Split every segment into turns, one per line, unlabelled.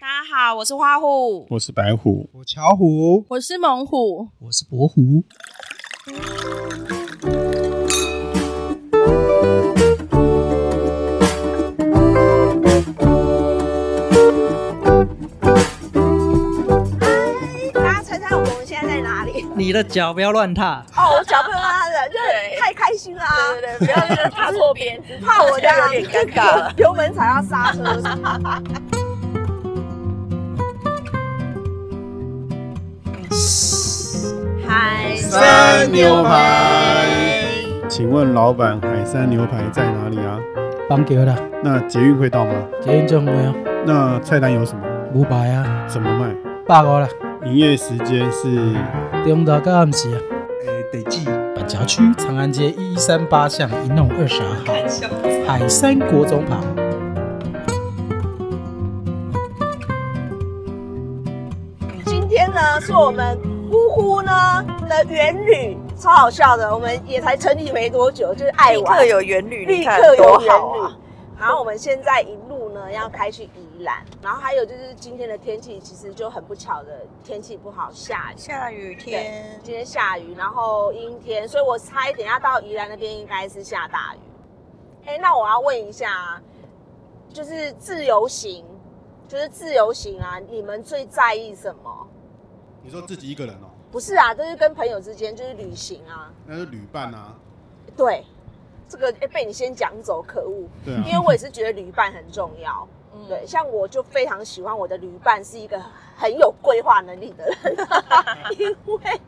大家好，我是花虎，
我是白虎，
我巧虎，
我是猛虎。
我是博虎。
大家猜猜我们现在在哪里？
你的脚不要乱踏，
哦，我小朋友他的，就是太开心了啊！对对对，不要就是踏错边，怕我这样有点尴尬了，油门踩到刹车。嗨，
三牛排。请问老板，海山牛排在哪里啊？
板桥啦，
那捷运会到吗？
捷运总会啊，
那菜单有什么？
五百啊，
怎么卖？
百五啦，
营业时间是
中昼到暗时啊。
诶，得记。
板桥区长安街一一三八巷一弄二十二号，海山国中旁。
今天呢是我们呼呼呢的元旅，超好笑的。我们也才成立没多久，就是爱
哎立
玩
刻，有元旅，
立
你看
刻有
多
元
好
旅
啊！。
然后我们现在一路呢要开去宜兰，然后还有就是今天的天气其实就很不巧的，天气不好，下雨。
下雨天，
今天下雨，然后阴天，所以我猜等一下到宜兰那边应该是下大雨。哎、那我要问一下，啊就是自由行，就是自由行啊，你们最在意什么？
你说自己一个人哦，
不是啊，就是跟朋友之间就是旅行啊。
那是旅伴啊。
对，这个、诶被你先讲走，可恶！
对啊
因为我也是觉得旅伴很重要。
嗯
对，像我就非常喜欢我的旅伴是一个很有规划能力的 人，因为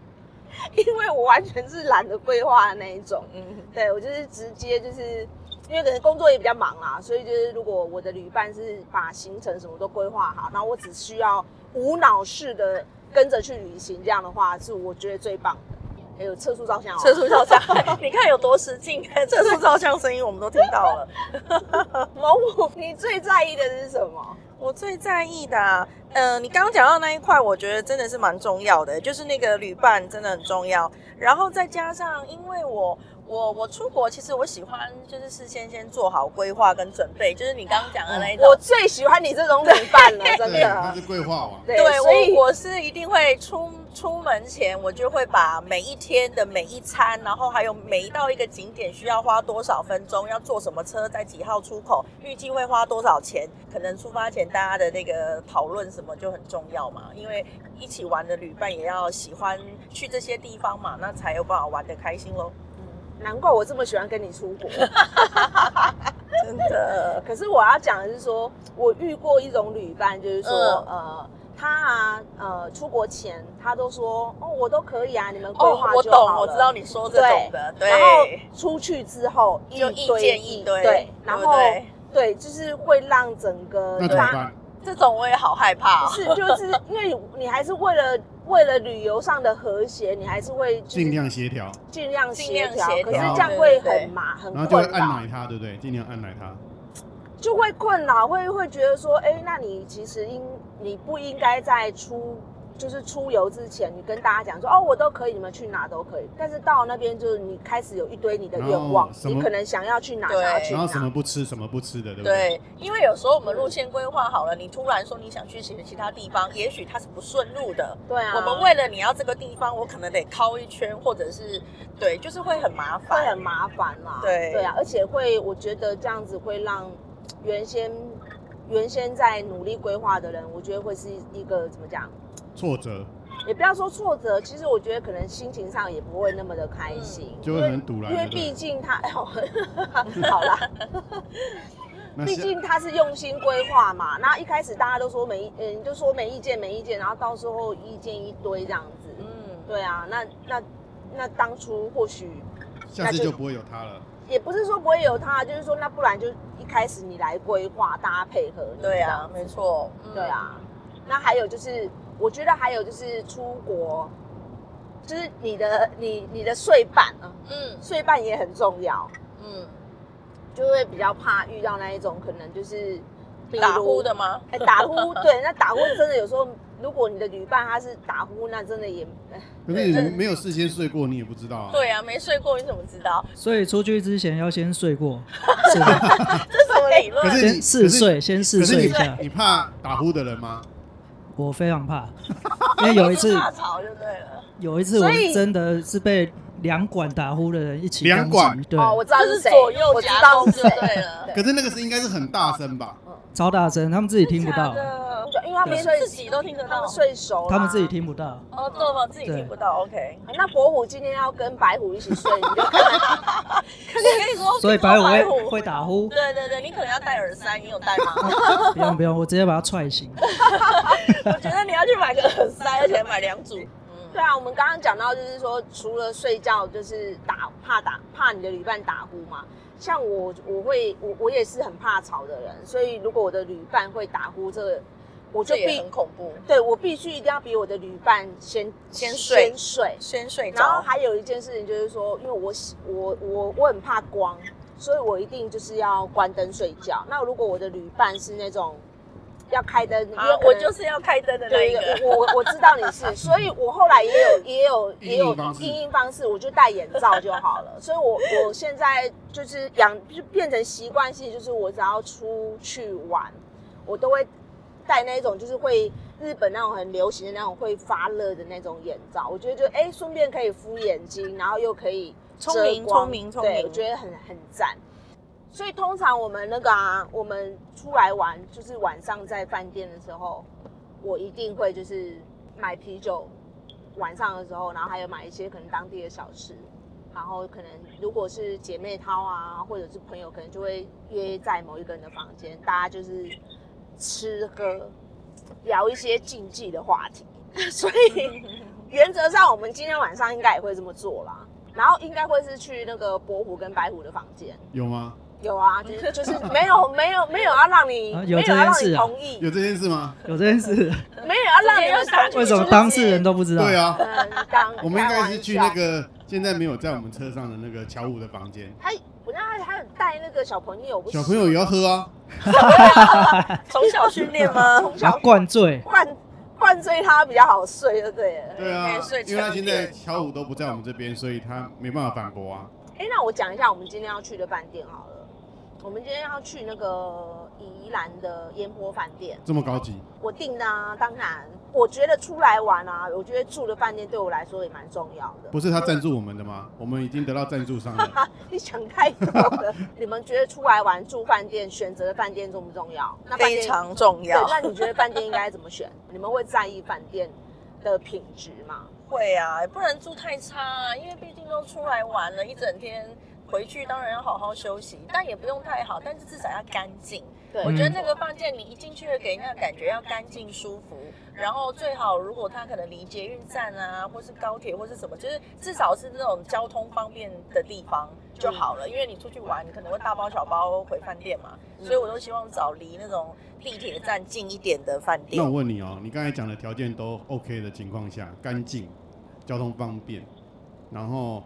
因为我完全是懒得规划的那一种。
嗯，
对我就是直接就是因为可能工作也比较忙啦，所以就是如果我的旅伴是把行程什么都规划好，然后我只需要无脑式的跟着去旅行，这样的话是我觉得最棒的。还有测速照相哦，
测速照 相， 你看有多实 劲，测速照相声音我们都听到了。
某某，你最在意的是什么？
我最在意的、啊，呃，你刚刚讲到那一块，我觉得真的是蛮重要的，就是那个旅伴真的很重要。然后再加上，因为我我我出国，其实我喜欢就是事先先做好规划跟准备，就是你刚刚讲的那一种。
我最喜欢你这种旅伴了，真
对，他
的。
是规划王。
啊对
对
所以
我，我是一定会出出门前，我就会把每一天的每一餐，然后还有每一到一个景点需要花多少分钟，要坐什么车，在几号出口，预计会花多少钱，可能出发前大家的那个讨论什么就很重要嘛，因为一起玩的旅伴也要喜欢去这些地方嘛，那才有办法玩的开心喽。
难怪我这么喜欢跟你出 国。呃
真的，
可是我要讲的是说，我遇过一种旅伴，就是说，
嗯
呃，他啊，呃，出国前他都说，哦，我都可以啊，你们规
哦
划，
我
就好
懂，我
了
知道。你说这种的，对，
然后出去之后，
就
一
意
堆
见一堆，
对，然后
对不对
对，就是会让整个
那怎么
大
办？
这种我也好害
不
怕、哦。
是就是因为你还是为了为了旅游上的和谐，你还是会就是
尽量协调，
尽量
尽
协
量
调，
协
可是
调
这样
对
会
对对
很麻很
然后就会
困
按
扰。
奶他，对不对？尽量按奶他。
就会困扰，会会觉得说，哎，那你其实应你不应该在出就是出游之前，你跟大家讲说，哦，我都可以，你们去哪都可以。但是到那边就是你开始有一堆你的愿望
然后，哦什么
你可能想要去哪，
对
想要去
然后什么
哪。
不吃，什么不吃的，对不对？
对，因为有时候我们路线规划好了，你突然说你想去其其他地方，也许它是不顺路的。
对啊，
我们为了你要这个地方，我可能得靠一圈，或者是对，就是会很麻
会
烦
很。麻烦啦。
对
对啊，而且会，我觉得这样子会让原先原先在努力规划的人，我觉得会是一个怎么讲？
挫折
也不要说挫折，其实我觉得可能心情上也不会那么的开心，
嗯就会很堵然
因为
对不对
毕竟他， 哎呦， 好啦，
那
毕
下
竟他是用心规划嘛。那一开始大家都说没意，嗯，就说没意见，没意见，然后到时候意见一堆这样子。
嗯，
对啊，那那那当初或许
下次就不会有他了。
也不是说不会有他，就是说那不然就一开始你来规划，大家配合你。
对啊，没错。嗯
对，啊，那还有就是，我觉得还有就是出国，就是你的你你的睡伴啊，
嗯
睡伴也很重要，
嗯，
就会比较怕遇到那一种可能就是比如
打呼的吗？
哎、打呼，对，那打呼真的有时候如果你的旅伴他是打呼，那真的也
可是你没有事先睡过，你也不知道啊。
对啊，没睡过你怎么知道？
所以出去之前要先 睡过，是
这是什么理
可
论？
是你
先试睡，
可是
先试
可是
睡一
你
下。
你怕打呼的人吗？
我非常怕，因为有一 次，
大吵就对了，
有一次我
所以
是真的是被两管打呼的人一起
两管
攻击对，
哦，我知道
就是是
谁，
左右
我知
夹
道
攻
是
就
谁，
对了。
对
可是那个是应该是很大声吧？
超大声，他们自己听不到
真，的假的
因为他们
对
睡
自己都听得到
他们睡熟啦，
他们自己听不到。
哦，对吗？自己
对
听不到，OK。
啊。那伯虎今天要跟白虎一起睡，你就看
可是我跟你说，
所以
听到
白虎
白
会会打呼，
对对对，你可能要戴耳塞，你有戴吗？
不用不用，我直接把它踹醒。
我觉得你要去买个耳塞，而且买两组。嗯，
对啊，我们刚刚讲到就是说，除了睡觉，就是打怕打怕你的旅伴打呼嘛。像我，我会我我也是很怕吵的人，所以如果我的旅伴会打呼，这个我就
这也
必
很恐怖。
对我必须一定要比我的旅伴先
先睡
先睡，
先睡
然后
着，
还有一件事情就是说，因为我喜我我我很怕光，所以我一定就是要关灯睡觉。那如果我的旅伴是那种要开灯，因为
啊，
可能
我就是要开灯的那
对
一个。
我我我知道你是，所以我后来也有也有也有
因应方式
因应方式，我就戴眼罩就好了。所以我我现在就是养就变成习惯性，就是我只要出去玩，我都会戴那种就是会日本那种很流行的那种会发热的那种眼罩。我觉得就哎，顺、便可以敷眼睛，然后又可以遮
聪明
光
聪明聪
对，
明
我觉得很很赞。所以通常我们那个啊，我们出来玩，就是晚上在饭店的时候，我一定会就是买啤酒，晚上的时候，然后还有买一些可能当地的小吃，然后可能如果是姐妹淘啊，或者是朋友，可能就会约在某一个人的房间，大家就是吃喝，聊一些禁忌的话题。所以原则上，我们今天晚上应该也会这么做啦。然后应该会是去那个伯虎跟白虎的房间，
有吗？
有啊，就是就是没有没有没有要让你、
啊有
没有
这件
要让你
事啊
同意，
有这件事吗？
有这件事，
没有要让你们同意，
为什么
就是
当事人都不知道？
对啊，
嗯，当
我们应该是去那。
开玩笑
个现在没有在我们车上的那个乔五的房间，
他我那他还有带那个小朋友，不是
小朋友也要喝啊。
从小训练吗？ 从
啊，灌醉，
灌灌醉他比较好睡，就对了。
对啊
可以睡，
因为他
长一
现
点
在乔五都不在我们这边，所以他没办法反驳啊。
哎、那我讲一下我们今天要去的饭店好了。我们今天要去那个宜兰的烟波饭店，
这么高级，
我订的啊。当然，我觉得出来玩啊，我觉得住的饭店对我来说也蛮重要的。
不是他赞助我们的吗？我们已经得到赞助商了。
你想太多了。你们觉得出来玩住饭店选择的饭店重不重要？那饭
非
店
常重要
对，。那你觉得饭店应该怎么选？你们会在意饭店的品质吗？
会啊，也不能住太差、啊，因为毕竟都出来玩了一整天，回去当然要好好休息，但也不用太好，但是至少要干净。
对，嗯
我觉得那个饭店你一进去会给人家感觉要干净舒服，然后最好如果它可能离捷运站啊，或是高铁或是什么，就是至少是那种交通方便的地方
嗯
就好了。因为你出去玩，你可能会大包小包回饭店嘛，所以我都希望找离那种地铁站近一点的饭店
那我。问你哦，你刚才讲的条件都 OK 的情况下，干净、交通方便，然后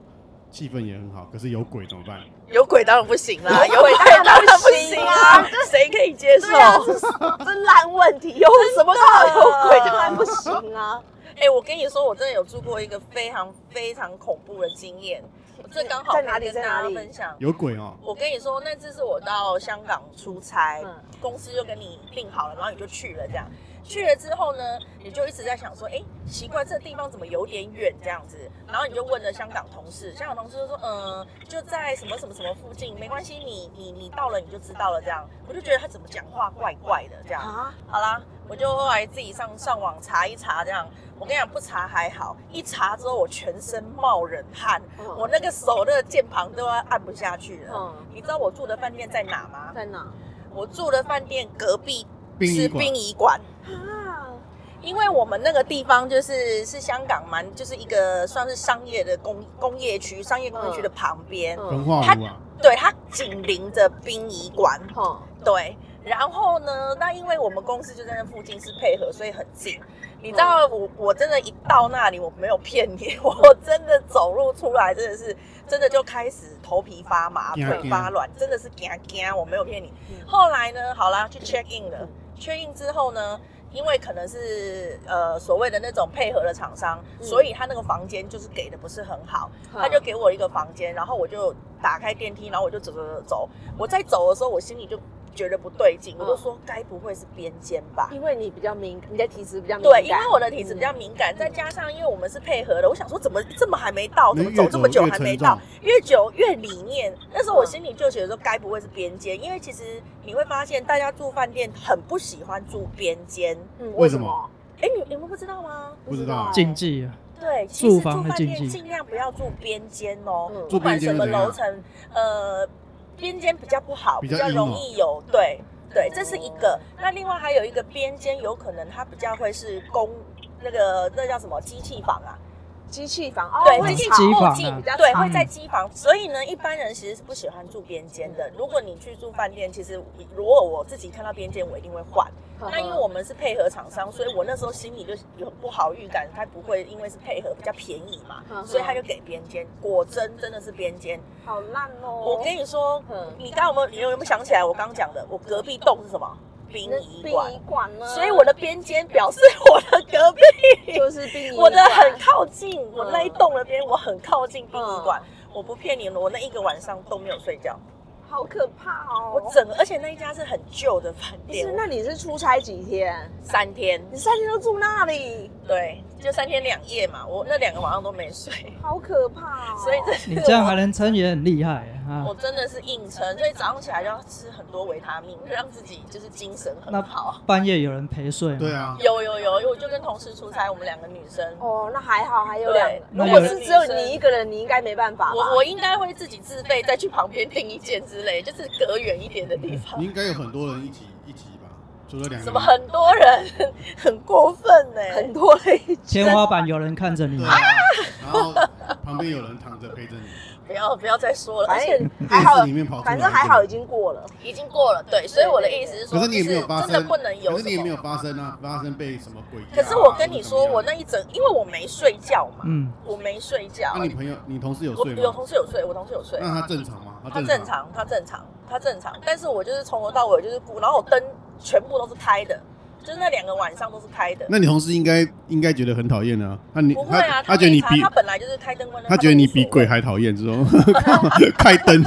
气氛也很好，可是有鬼怎么办？
有鬼当然不行啦，
有
有
鬼
鬼
当
当
然
然
不
不
行
行
啊
啊， 谁可以接受
对？啊，这是这烂问题，有什么大有鬼当然不行啊！
哎、我跟你说，我真的有住过一个非常非常恐怖的经验，我这刚好
在
可
哪里
以跟
在
大
哪
家
里
分享。
有鬼哦，
我跟你说，那次是我到香港出差，
嗯
公司就跟你定好了，然后你就去了，这样去了之后呢，你就一直在想说，哎，奇怪，这地方怎么有点远这样子？然后你就问了香港同事，香港同事就说，嗯，就在什么什么什么附近，没关系，你你你到了你就知道了，这样。我就觉得他怎么讲话怪怪的这样，
啊，
好啦，我就后来自己上上网查一查，这样。我跟你讲，不查还好，一查之后我全身冒冷汗，
嗯
我那个手那个键盘都要按不下去了。
嗯
你知道我住的饭店在哪吗？
在哪
我住的饭店隔壁
殡仪
是
馆
殡仪馆。
啊？
因为我们那个地方就是是香港蛮，就是一个算是商业的工工业区，商业工业区的旁边，
嗯
焚化炉啊，
对，它紧邻着殡仪馆，
哼，
对，然后呢，那因为我们公司就在那附近是配合，所以很近。你知道我我真的，一到那里我没有骗你， 我真的走路出来，真的是真的就开始头皮发麻、
怕
腿发软，真的是惊惊，我没有骗你
嗯。
后来呢，好啦，去 check in 了，check in 之后呢，因为可能是呃所谓的那种配合的厂商，所以他那个房间就是给的不是很好，他
嗯
就给我一个房间，然后我就打开电梯，然后我就走走走走，我在走的时候，我心里就觉得不对劲，我就说该不会是边间吧？
嗯因为你比较敏，你的体质比较敏感，
对，
嗯
因为我的体质比较敏感，再加上因为我们是配合的，我想说怎么这么还没到，怎么
你
走
越
这么久
越
还没
沉
到
重？，
越久越里面。那时候我
嗯
心里就觉得说，该不会是边间？因为其实你会发现，大家住饭店很不喜欢住边间。
嗯
为什么？
哎，你你们不知道吗？
不知道啊
禁忌啊，
对，其实
住
住
房
饭
的
店
禁忌
尽量不要住边间哦
嗯，
不
住
管
边间
什么
是怎样
楼层，呃，边间比较不好，
比
比
较
较
硬
容
哦
易有对对，这是一个。那另外还有一个边间，有可能它比较会是公那个那叫什么机器房啊，
机器房哦，
对
会
机
吵
器房
会
啊
比较
对，
吵
会在机房，所以呢，一般人其实是不喜欢住边间的。如果你去住饭店，其实如果我自己看到边间，我一定会换。
呵呵
那因为我们是配合厂商，所以我那时候心里就有不好预感，他不会因为是配合比较便宜
嗯
嘛，
哼
所以他就给边间。果真真的是边间，
好烂哦，
我跟你说
嗯，
你刚刚有没有你有没有想起来我刚刚讲的？我隔壁栋是什么？殡
那
仪
殡
馆。啊
仪馆呢，
所以我的边间表示我的隔壁，
就是殡仪馆，嗯
我的很靠近，我那一栋那边我很靠近殡仪馆。我不骗你，我那一个晚上都没有睡觉。
好可怕哦，
我整个，而且那一家是很旧的饭
不是
店，
那你是出差几天？
三天，
你三天都住那里，
对，就三天两夜嘛。我那两个晚上都没睡，
好可怕哦！
所以这
你这样还能撑也很厉害 啊
我。真的是硬撑，所以早上起来就要吃很多维他命，让自己就是精神很
那
好。
半夜有人陪睡吗？
对啊，
有有有，我就跟同事出差，我们两个女生，
哦，那还好，还有
对
两个。
那
如果
有
是只有你一个人，你应该没办法吧？
我我应该会自己自费再去旁边订一间之类，就是隔远一点的地方
嗯
你。应该有很多人一起一起吧，除了两个
怎么
人
很多人很过分呢、
很多人
天花板有人看着你
对
吗，
啊，然后旁边有人躺着陪着你，
不要不要再说了，而
反
且
正还
电
好
视里，面跑出来
反
一个人，
正还好已经过了。
已经过了，对，所以我的意思是说，
可是你也没有
就是
发生，
真的不能有，
可是你也没有。发生啊，发生被什么鬼压啊？
可是我跟你说，
或者怎么样
我那一整，因为我没睡觉嘛，
嗯，
我没睡觉。
那、啊你朋友、你同事有
我
睡
有
吗？
同事有睡，我同事有睡，
那他正常吗？
啊他
他
正。常，他正常，他正常。但是我就是从头到尾就是顾，然后我灯全部都是开的，就是那两个晚上都是开的。
那你同事应该应该觉得很讨厌啊，他你
不会啊，
他觉得
没
你
差
比
他本来就是开灯关灯，
他
都
觉得你
无所
比鬼
谓啊
还讨厌，知道 吗？ 开灯，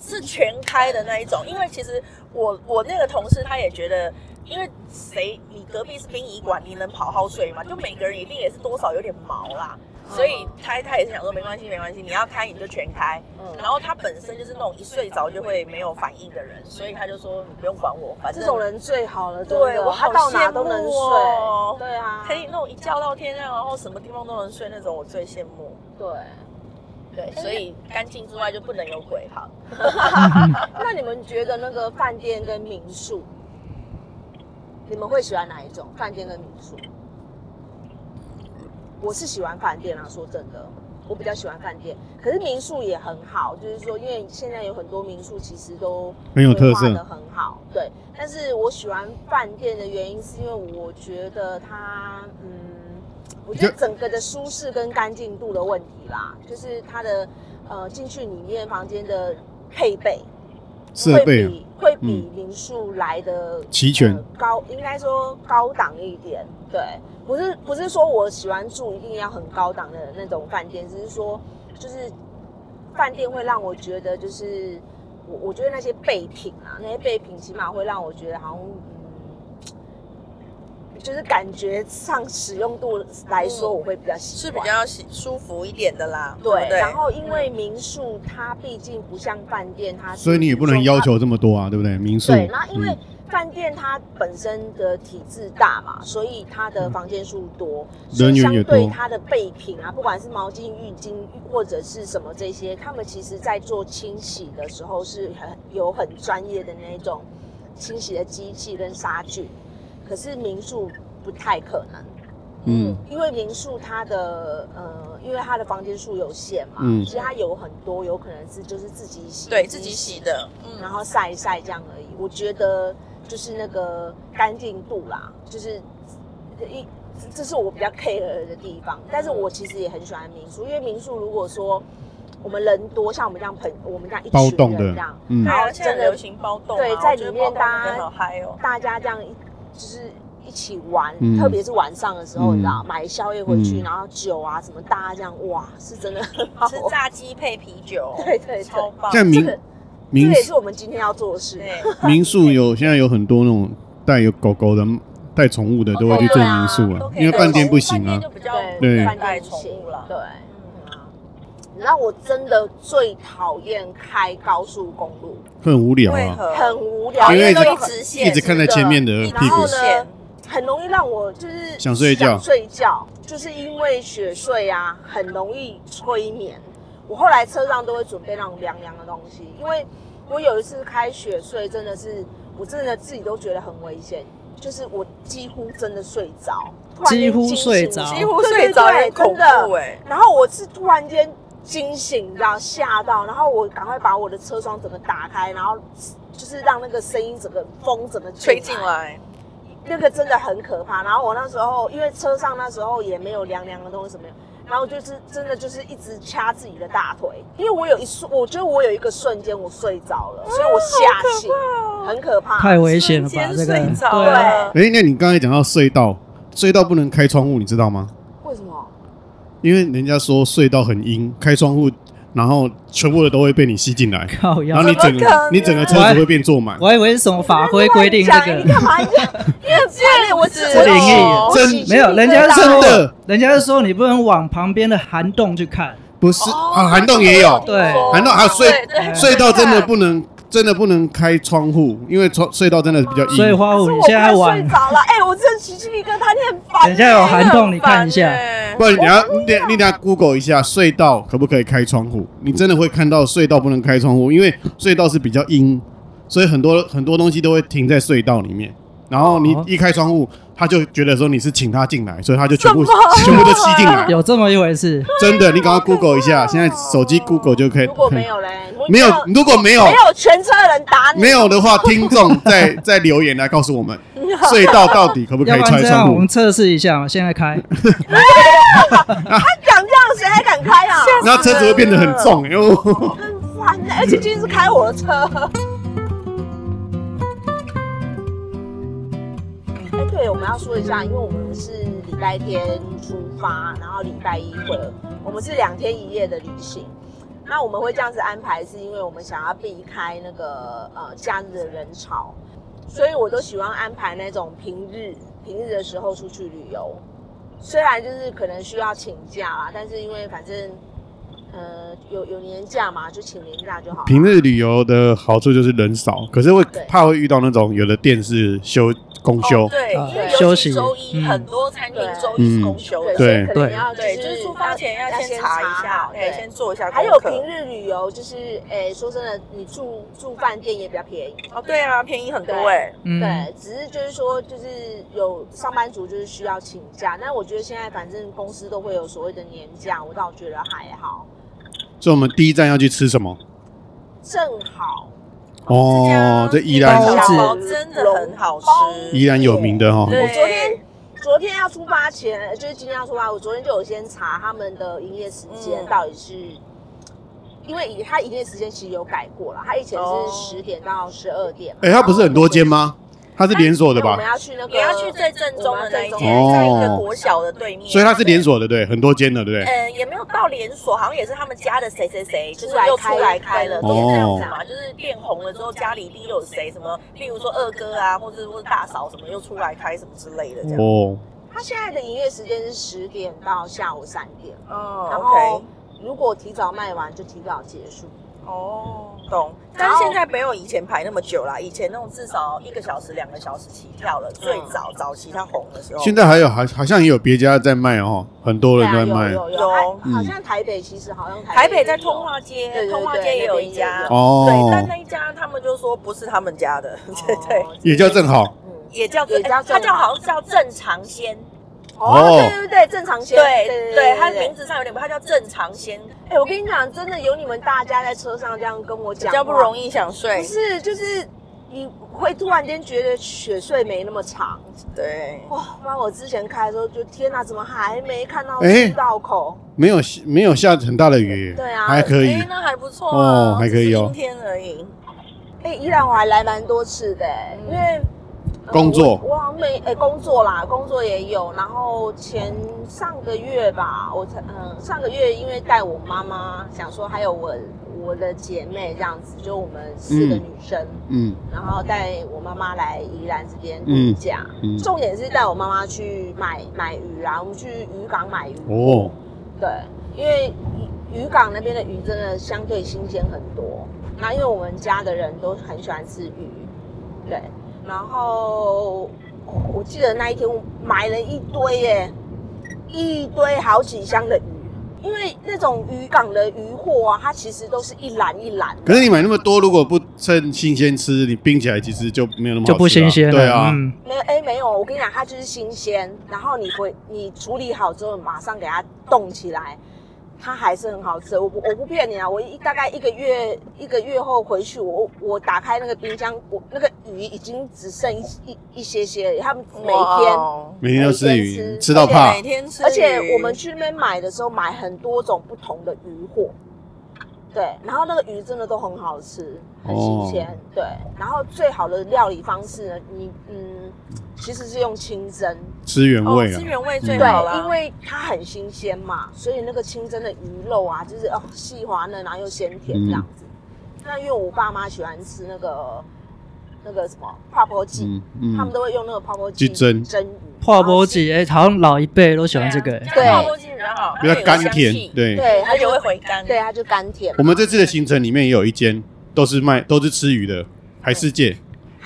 是全开的那一种，因为其实我我那个同事他也觉得，因为谁你隔壁是殡仪馆，你能好好睡吗？就每个人一定也是多少有点毛啦，所
嗯
以他他也是想说没关系没关系，你要开你就全开。然后他本身就是那种一睡着就会没有反应的人，所以他就说你不用管我，反正
这种人最好了，
对
真的
我
他
好
到哪都能
羡慕哦
睡。对啊，
可以那种一觉到天亮，然后什么地方都能睡那种，我最羡慕。
对。
对，所以干净之外就不能有鬼哈。
那你们觉得那个饭店跟民宿，你们会喜欢哪一种？饭店跟民宿？我是喜欢饭店啊，说真的，我比较喜欢饭店。可是民宿也很好，就是说，因为现在有很多民宿其实都
很有特
规划的
色。
很好，对。但是我喜欢饭店的原因是因为我觉得它，嗯，我觉得
就
整个的舒适跟干净度的问题啦，就是它的呃进去里面房间的配备
设备
会
啊嗯
比会比民宿来的、
齐全
呃高，应该说高档一点，对。不是不是说我喜欢住一定要很高档的那种饭店，只是说就是饭店会让我觉得就是我我觉得那些备品啊，那些备品起码会让我觉得好像嗯，就是感觉上使用度来说，
嗯
我会比较喜
是
欢。
比较喜舒服一点的啦，对
对
不对？
然后因为民宿它毕竟不像饭店，它是
所以你也不能
说它
要求这么多啊，对不对？民宿，
对，那因为
嗯
饭店它本身的体制大嘛，所以它的房间数多，
嗯
所以
人员
相
也
对
多
它的备品啊，不管是毛巾、浴巾或者是什么这些，他们其实在做清洗的时候是很有很专业的那种清洗的机器跟杀菌，可是民宿不太可能。
嗯，
因为民宿它的呃，因为它的房间数有限嘛，
嗯
其实它有很多有可能是就是自己洗，
对自己洗的，
然
嗯，
后晒一晒这样而已。我觉得就是那个干净度啦，就是一这这是我比较 care 的地方。但是我其实也很喜欢民宿，因为民宿如果说我们人多，像我们这样朋我们这样一
包
群
栋
人
的
这样，，
嗯
对，
然后
啊，现
真
在很
的
流行包栋啊，
对
我
在里
觉得
面
包栋
大
真的
家
好嗨哦，
大家这样一就是一起玩，
嗯
特别是晚上的时候，
嗯
你知道，买宵夜回去，
嗯
然后酒啊什么大家这样，哇，是真的很好
吃
玩。
炸鸡配啤 酒，
对对对
超棒。
这
像民
个这
民
个也是我们今天要做的事。
对，
民宿有现在有很多那种带有狗狗的、带宠物的都会去做民宿
都
啊，
可以
因为
带
饭店
宠物
不行啊
饭店。就比较
对
饭
带
店
宠物了。
对，
嗯
你知道我真的最讨厌开高速公路，
会很无聊
为
啊，
何？
很无聊，
因为
都
一直
有很
直线，
一直看在前面的
然
屁股
后。
直
呢
线，
很容易让我就是
想睡觉
想睡觉就是因为雪睡啊，很容易催眠。我后来车上都会准备那种凉凉的东西，因为我有一次开雪睡，真的是我真的自己都觉得很危险，就是我几乎真的睡着，突然间
几乎
惊醒
睡着
几乎睡着
对对对
也恐
真的
怖哎。
然后我是突然间惊醒，你知道吓到，然后我赶快把我的车窗整个打开，然后就是让那个声音整个风整个
吹进，来，
那个真的很可怕。然后我那时候因为车上那时候也没有凉凉的东西什么的，然后就是真的就是一直掐自己的大腿，因为我有一瞬，我觉得我有一个瞬间我睡着了，所以我吓醒，很可怕。
太危险了吧？
瞬
这
间
个
睡着
对啊，
了。
哎、那你刚才讲到隧道，隧道不能开窗户，你知道吗？
为什么？
因为人家说隧道很阴，开窗户，然后全部的都会被你吸进来，
靠
然
腰
后。你整
怎么可能
个你整个车子会变坐满。
我还以为是什么法规规定这
讲你
个，
干 嘛？你很贱，我只
是
灵异
我
真
喜剧
没有，人家
最大
真
说
的
人家说你不能往旁边的涵洞去看，
不是、啊，涵洞也有，
对
涵洞还有隧
对
对
隧道真的不能真的不能开窗户，因为窗隧道真的比较
所以
阴。
花
可
舞
是
你
我
现在
快
玩
睡，着了，哎、我真的起鸡皮疙瘩，你很烦、欸。
等一下有涵洞你看一下
很烦欸
不然你等下你等你等下 Google 一下隧道可不可以开窗户，你真的会看到隧道不能开窗户，因为隧道是比较阴，所以很多很多东西都会停在隧道里面。然后你
哦
一开窗户，他就觉得说你是请他进来，所以他就全部全部都吸进来。
有这么一回事，
真的，你赶快 Google 一下，现在手机 Google 就可以。
如果没有嘞，
没有，如果没有
没有全车的人打你，
没有的话，听众再再留言来告诉我们，隧道到底可不可
要
以
不
拆
然这
窗
样我
户
们？测试一下，现在开，
敢这样谁还敢开啊？
然后车子会变得很重，哎因为
很烦、欸，而且今天是开我的车。哎、哎对，我们要说一下，因为我们是礼拜天出发，然后礼拜一回，我们是两天一夜的旅行。那我们会这样子安排，是因为我们想要避开那个呃假日的人潮，所以我都喜欢安排那种平日平日的时候出去旅游。虽然就是可能需要请假啦，但是因为反正呃有有年假嘛，就请年假就好了。
平日旅游的好处就是人少，可是会
对
怕会遇到那种有的店是休公休
哦，对，
啊
因为
休
尤
息
其周一
嗯
很多餐厅周一是公休的。
所以
嗯对
可能
对
要
对，就是出发前要先查一下，对，先做一下功
还
课。
有平日旅游，就是诶、说真的，你住住饭店也比较便宜。
哦，对啊，便宜很多
对
哎。
嗯，
对，只是就是说，就是有上班族就是需要请假，但我觉得现在反正公司都会有所谓的年假，我倒觉得还好，
所以我们第一站要去吃什么？
正好
哦，这依然
包
小
子
包真的很好吃，
依然有名的哈，
对
我昨天昨天要出发前，就是今天要出发，我昨天就有先查他们的营业时间
嗯
到底是，因为以他营业时间其实有改过了，他以前
哦
是十点到十二点嘛。
哎，它不是很多间吗？它是连锁的
因为我
吧
们？要去那个，
哦你要去最正宗的那一
哦
间，在一个国小的对面，
所以它是连锁的，对，很多间的，对不对？
呃，也没有到连锁，好像也是他们家的谁谁谁，就是
出来
又
开
出来开了，
哦
都是这样子嘛。就是变红了之后，家里一定又有谁什么，例如说二哥啊，或者或者大嫂什么，又出来开什么之类的这样。
哦，
他现在的营业时间是十点到下午三点，
哦
然后
OK，
如果提早卖完就提早结束。
哦，懂。但是现在没有以前排那么久啦，以前那种至少一个小时、两个小时起跳了。最早早期它红的时候，
现在还有还好像也有别家在卖哦，很多
对啊，
人在
有
卖
有有，
有
好
嗯
好像台北其实好像
台
北
北
也
在
有
通啊化街
对对，对
通化街也有一家，
那
对，
哦
但，那一家他们就说不是他们家的，
哦
对对，
也叫正好。
嗯
也叫
也叫
哎它
正
叫
常
好像叫正常鲜，
哦，
哦
对对对，正常先
对对，它名
字。
字上有点不，它叫正常鲜，
哎、我跟你讲，真的有你们大家在车上这样跟我
比
讲，
较不容
易。
易想
不
睡，
是，就是你会突然间觉得雪睡没那么长。
对，
哇，不然我之前开的时候就天哪、怎么还没看到
哎
出道口？
没有没有下很大的雨，
对啊
还可以
哎，。那还不错
哦
啊，
还可以哦
只是今天而已，
哎、依然我还来蛮多次的、哎因
嗯
为呃
工作
我我好像没诶、工作啦，工作也有。然后前上个月吧，我才嗯、上个月因为带我妈妈，想说还有我我的姐妹这样子，就我们四个
嗯
女生，
嗯
然后带我妈妈来宜兰这边
嗯
度假。
嗯，
重点是带我妈妈去买买鱼啦，我们去渔港买鱼。
哦，
对，因为渔渔港那边的鱼真的相对新鲜很多。那因为我们家的人都很喜欢吃鱼，对。然后哦我记得那一天我买了一堆耶，一堆好几箱的鱼，因为那种渔港的鱼货啊，它其实都是一篮一篮的。
可是你买那么多，如果不趁新鲜吃，你冰起来其实就没有那么好吃啊
就不新鲜了。
对啊，
嗯，
没有，哎、没有，我跟你讲，它就是新鲜，然后你回你处理好之后，马上给它冻起来，它还是很好吃。我不我不骗你啊，我一大概一个月一个月后回去，我我打开那个冰箱，我那个鱼已经只剩一一一些些了，他们每天。
哇
每天都吃
每天
鱼，
吃
吃到怕
每。天吃鱼，
而且我们去那边买的时候，买很多种不同的鱼货，对，然后那个鱼真的都很好吃，很新鲜，对。然后最好的料理方式呢，你嗯，其实是用清蒸，
吃原
哦
味啊
吃，原味
嗯
最好
对，
啦，
因为它很新鲜嘛，所以那个清蒸的鱼肉啊，就是哦细滑嫩，然后又鲜甜
嗯
这样子。那因为我爸妈喜欢吃那个那个什么泡泡剂，
嗯
他们
嗯，
都会用那个泡泡
去
剂
蒸
蒸鱼，
泡波姐，哎、好像老一辈都喜欢这个、哎
对
泡沫进比较好，
比较甘甜。，对，
对，它
而且
就
会回甘。
对，它就甘甜。
我们这次的行程里面也有一间都是卖都是吃鱼的，海世界，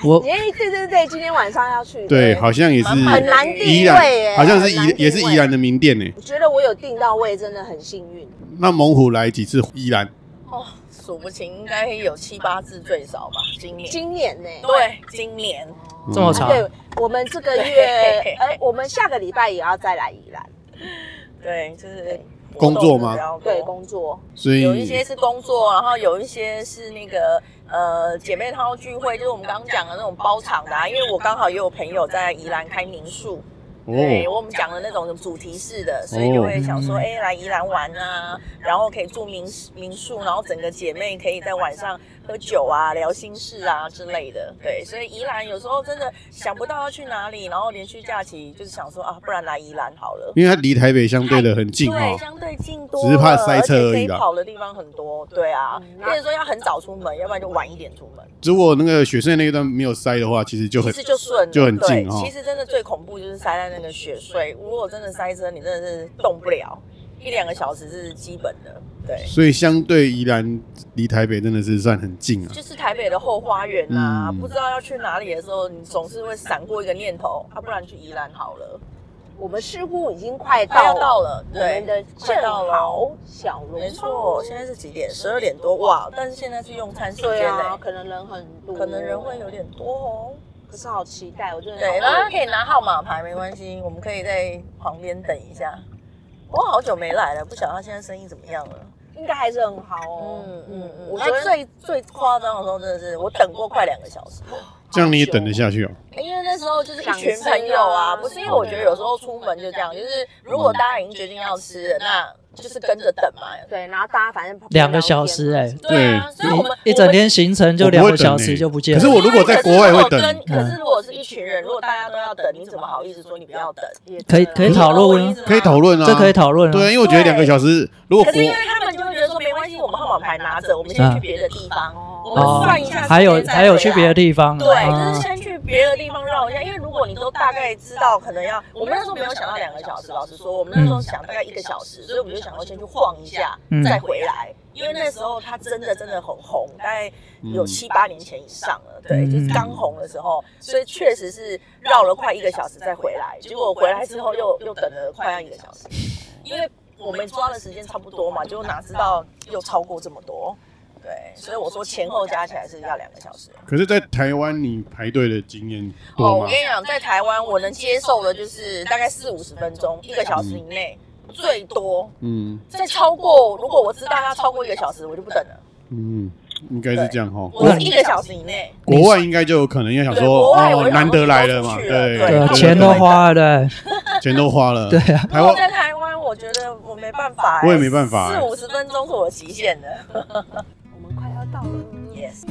我
哎、对对对，今天晚上要去。哎
对，好像也是
蛮
很难
宜
定
兰
位耶，
好像是
很难
宜
定
也是
位
宜兰。的名店呢。
我觉得我有订到位，真的很幸运。
那猛虎来几次宜兰？
哦，数不清，应该有七八次最少吧，今年。
今年呢、
对，今年
这么
嗯
长
对，我们这个月
对，
呃，我们下个礼拜也要再来宜兰，
对就是
工作吗
活动比较多
哦
对，工作。
所以哦
有一些是工作，啊然后有一些是那个呃姐妹淘聚会，就是我们刚刚讲的那种包场的、啊，因为我刚好也有朋友在宜兰开民宿，对
哦，
我们讲的那种主题式的，所以就会想说，哎、来宜兰玩啊，然后可以住民民宿，然后整个姐妹可以在晚上喝酒啊、聊心事啊之类的。对，所以宜兰有时候真的想不到要去哪里，然后连续假期就是想说啊，不然来宜兰好了。
因为它离台北相对的很近哦
对，
哈，
相对近多了，
只是怕塞车而已啦
而且可以跑的地方很多，对啊
嗯，
所以说要很早出门，要不然就晚一点出门，
如果那个雪山那一段没有塞的话，其实就
其
很
实就顺了，
就很近
对
哦
其实真的最恐怖就是塞在那个雪隧，如果真的塞车，你真的是动不了，一两个小时是基本的，对。
所以相对宜兰离台北真的是算很近啊。
就是台北的后花园啊，
嗯
不知道要去哪里的时候，你总是会闪过一个念头，啊，不然去宜兰好了，
我们似乎已经快
快
到
要
了
到了，
我
对
们的，
快
正
到了，
好小笼包，
没错，现在是几点？十二点多哇！但是现在是用餐时
对
间
啊，
嘞，
可能人很多，
可能人会有，点多哦。
可是好期待，我真的
对，
好
大家可以拿号码牌，没关系，我们可以在旁边等一下。我好久没来了，不晓得他现在生意怎么样了。
应该还是很好哦。
嗯嗯嗯，
我
那
昨天
最最夸张的时候真的是我等过快两个小时，
这样你也等得下去哦。
因为那时候就是一群朋友嗯啊，不是因为我觉得有时候出门就这样，就是如果大家已经决定要吃了，那就是跟着等嘛。
对，然后大家反正
两个小时、哎、
对啊，所以我们
一一整。天行程就两个小时就不见了。
可是我如果在国外会等嗯
可是如果是一群人，如果大家都要等，你怎么好意思说你不要等？
也
可以
对啊
可以讨论啊
可以讨论啊，
这可以讨论啊。
对啊，因为我觉得两个小时，如果
可是因为
国
他们就会觉得说没关系，我们号码牌拿着，我们先去别的地方，我
嗯哦
们算一下时间再回来。
还有还有去别的地方，
啊对，
啊
就是先去别的地方绕一下，因为如果你都大概知道，可能要我们那时候没有想到两个小时，老实说，我们那时候想大概一个小时，所以我们就想要先去晃一下，
嗯
再回来。因为那时候它真的真的很红，大概
嗯
有七八年前以上了，对，
嗯
就是刚红的时候，所以确实是绕了快一个小时再回来，结果回来之后又又等了快要一个小时，因为我们抓的时间差不多嘛，结果哪知道又超过这么多，对，所以我说前后加起来是要两个小时。
可是，在台湾你排队的经验
哦，
多
我
吗
跟？你讲，在台湾我能接受的就是大概四五十分钟，一个小时以内、最多。
嗯
再超过，如果我知道要超过一个小时，我就不等了。
嗯，应该是这样哈。
我是一个小时以内，
国外应该就有可能要想
对
说，
国外我
哦，
就想
难
说
得来
都
了
出
嘛，
去
对
对
了对
啊，
我
钱都
觉得
花了，对
钱都花了，
对 啊，
台
如果
湾
在台湾，我觉得我没办法欸、
我也没办法欸
四五十分钟是我极限的。
我们快要到了。
Yes，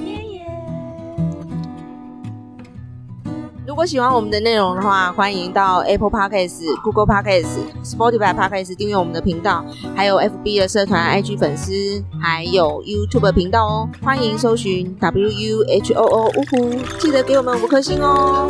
如果喜欢我们的内容的话，欢迎到 Apple Podcasts、Google Podcasts、Spotify Podcasts 订阅我们的频道，还有 FB 的社团、IG 粉丝，还有 YouTube 频道哦。欢迎搜寻 W U H O O 呜呼，记得给我们五颗星哦。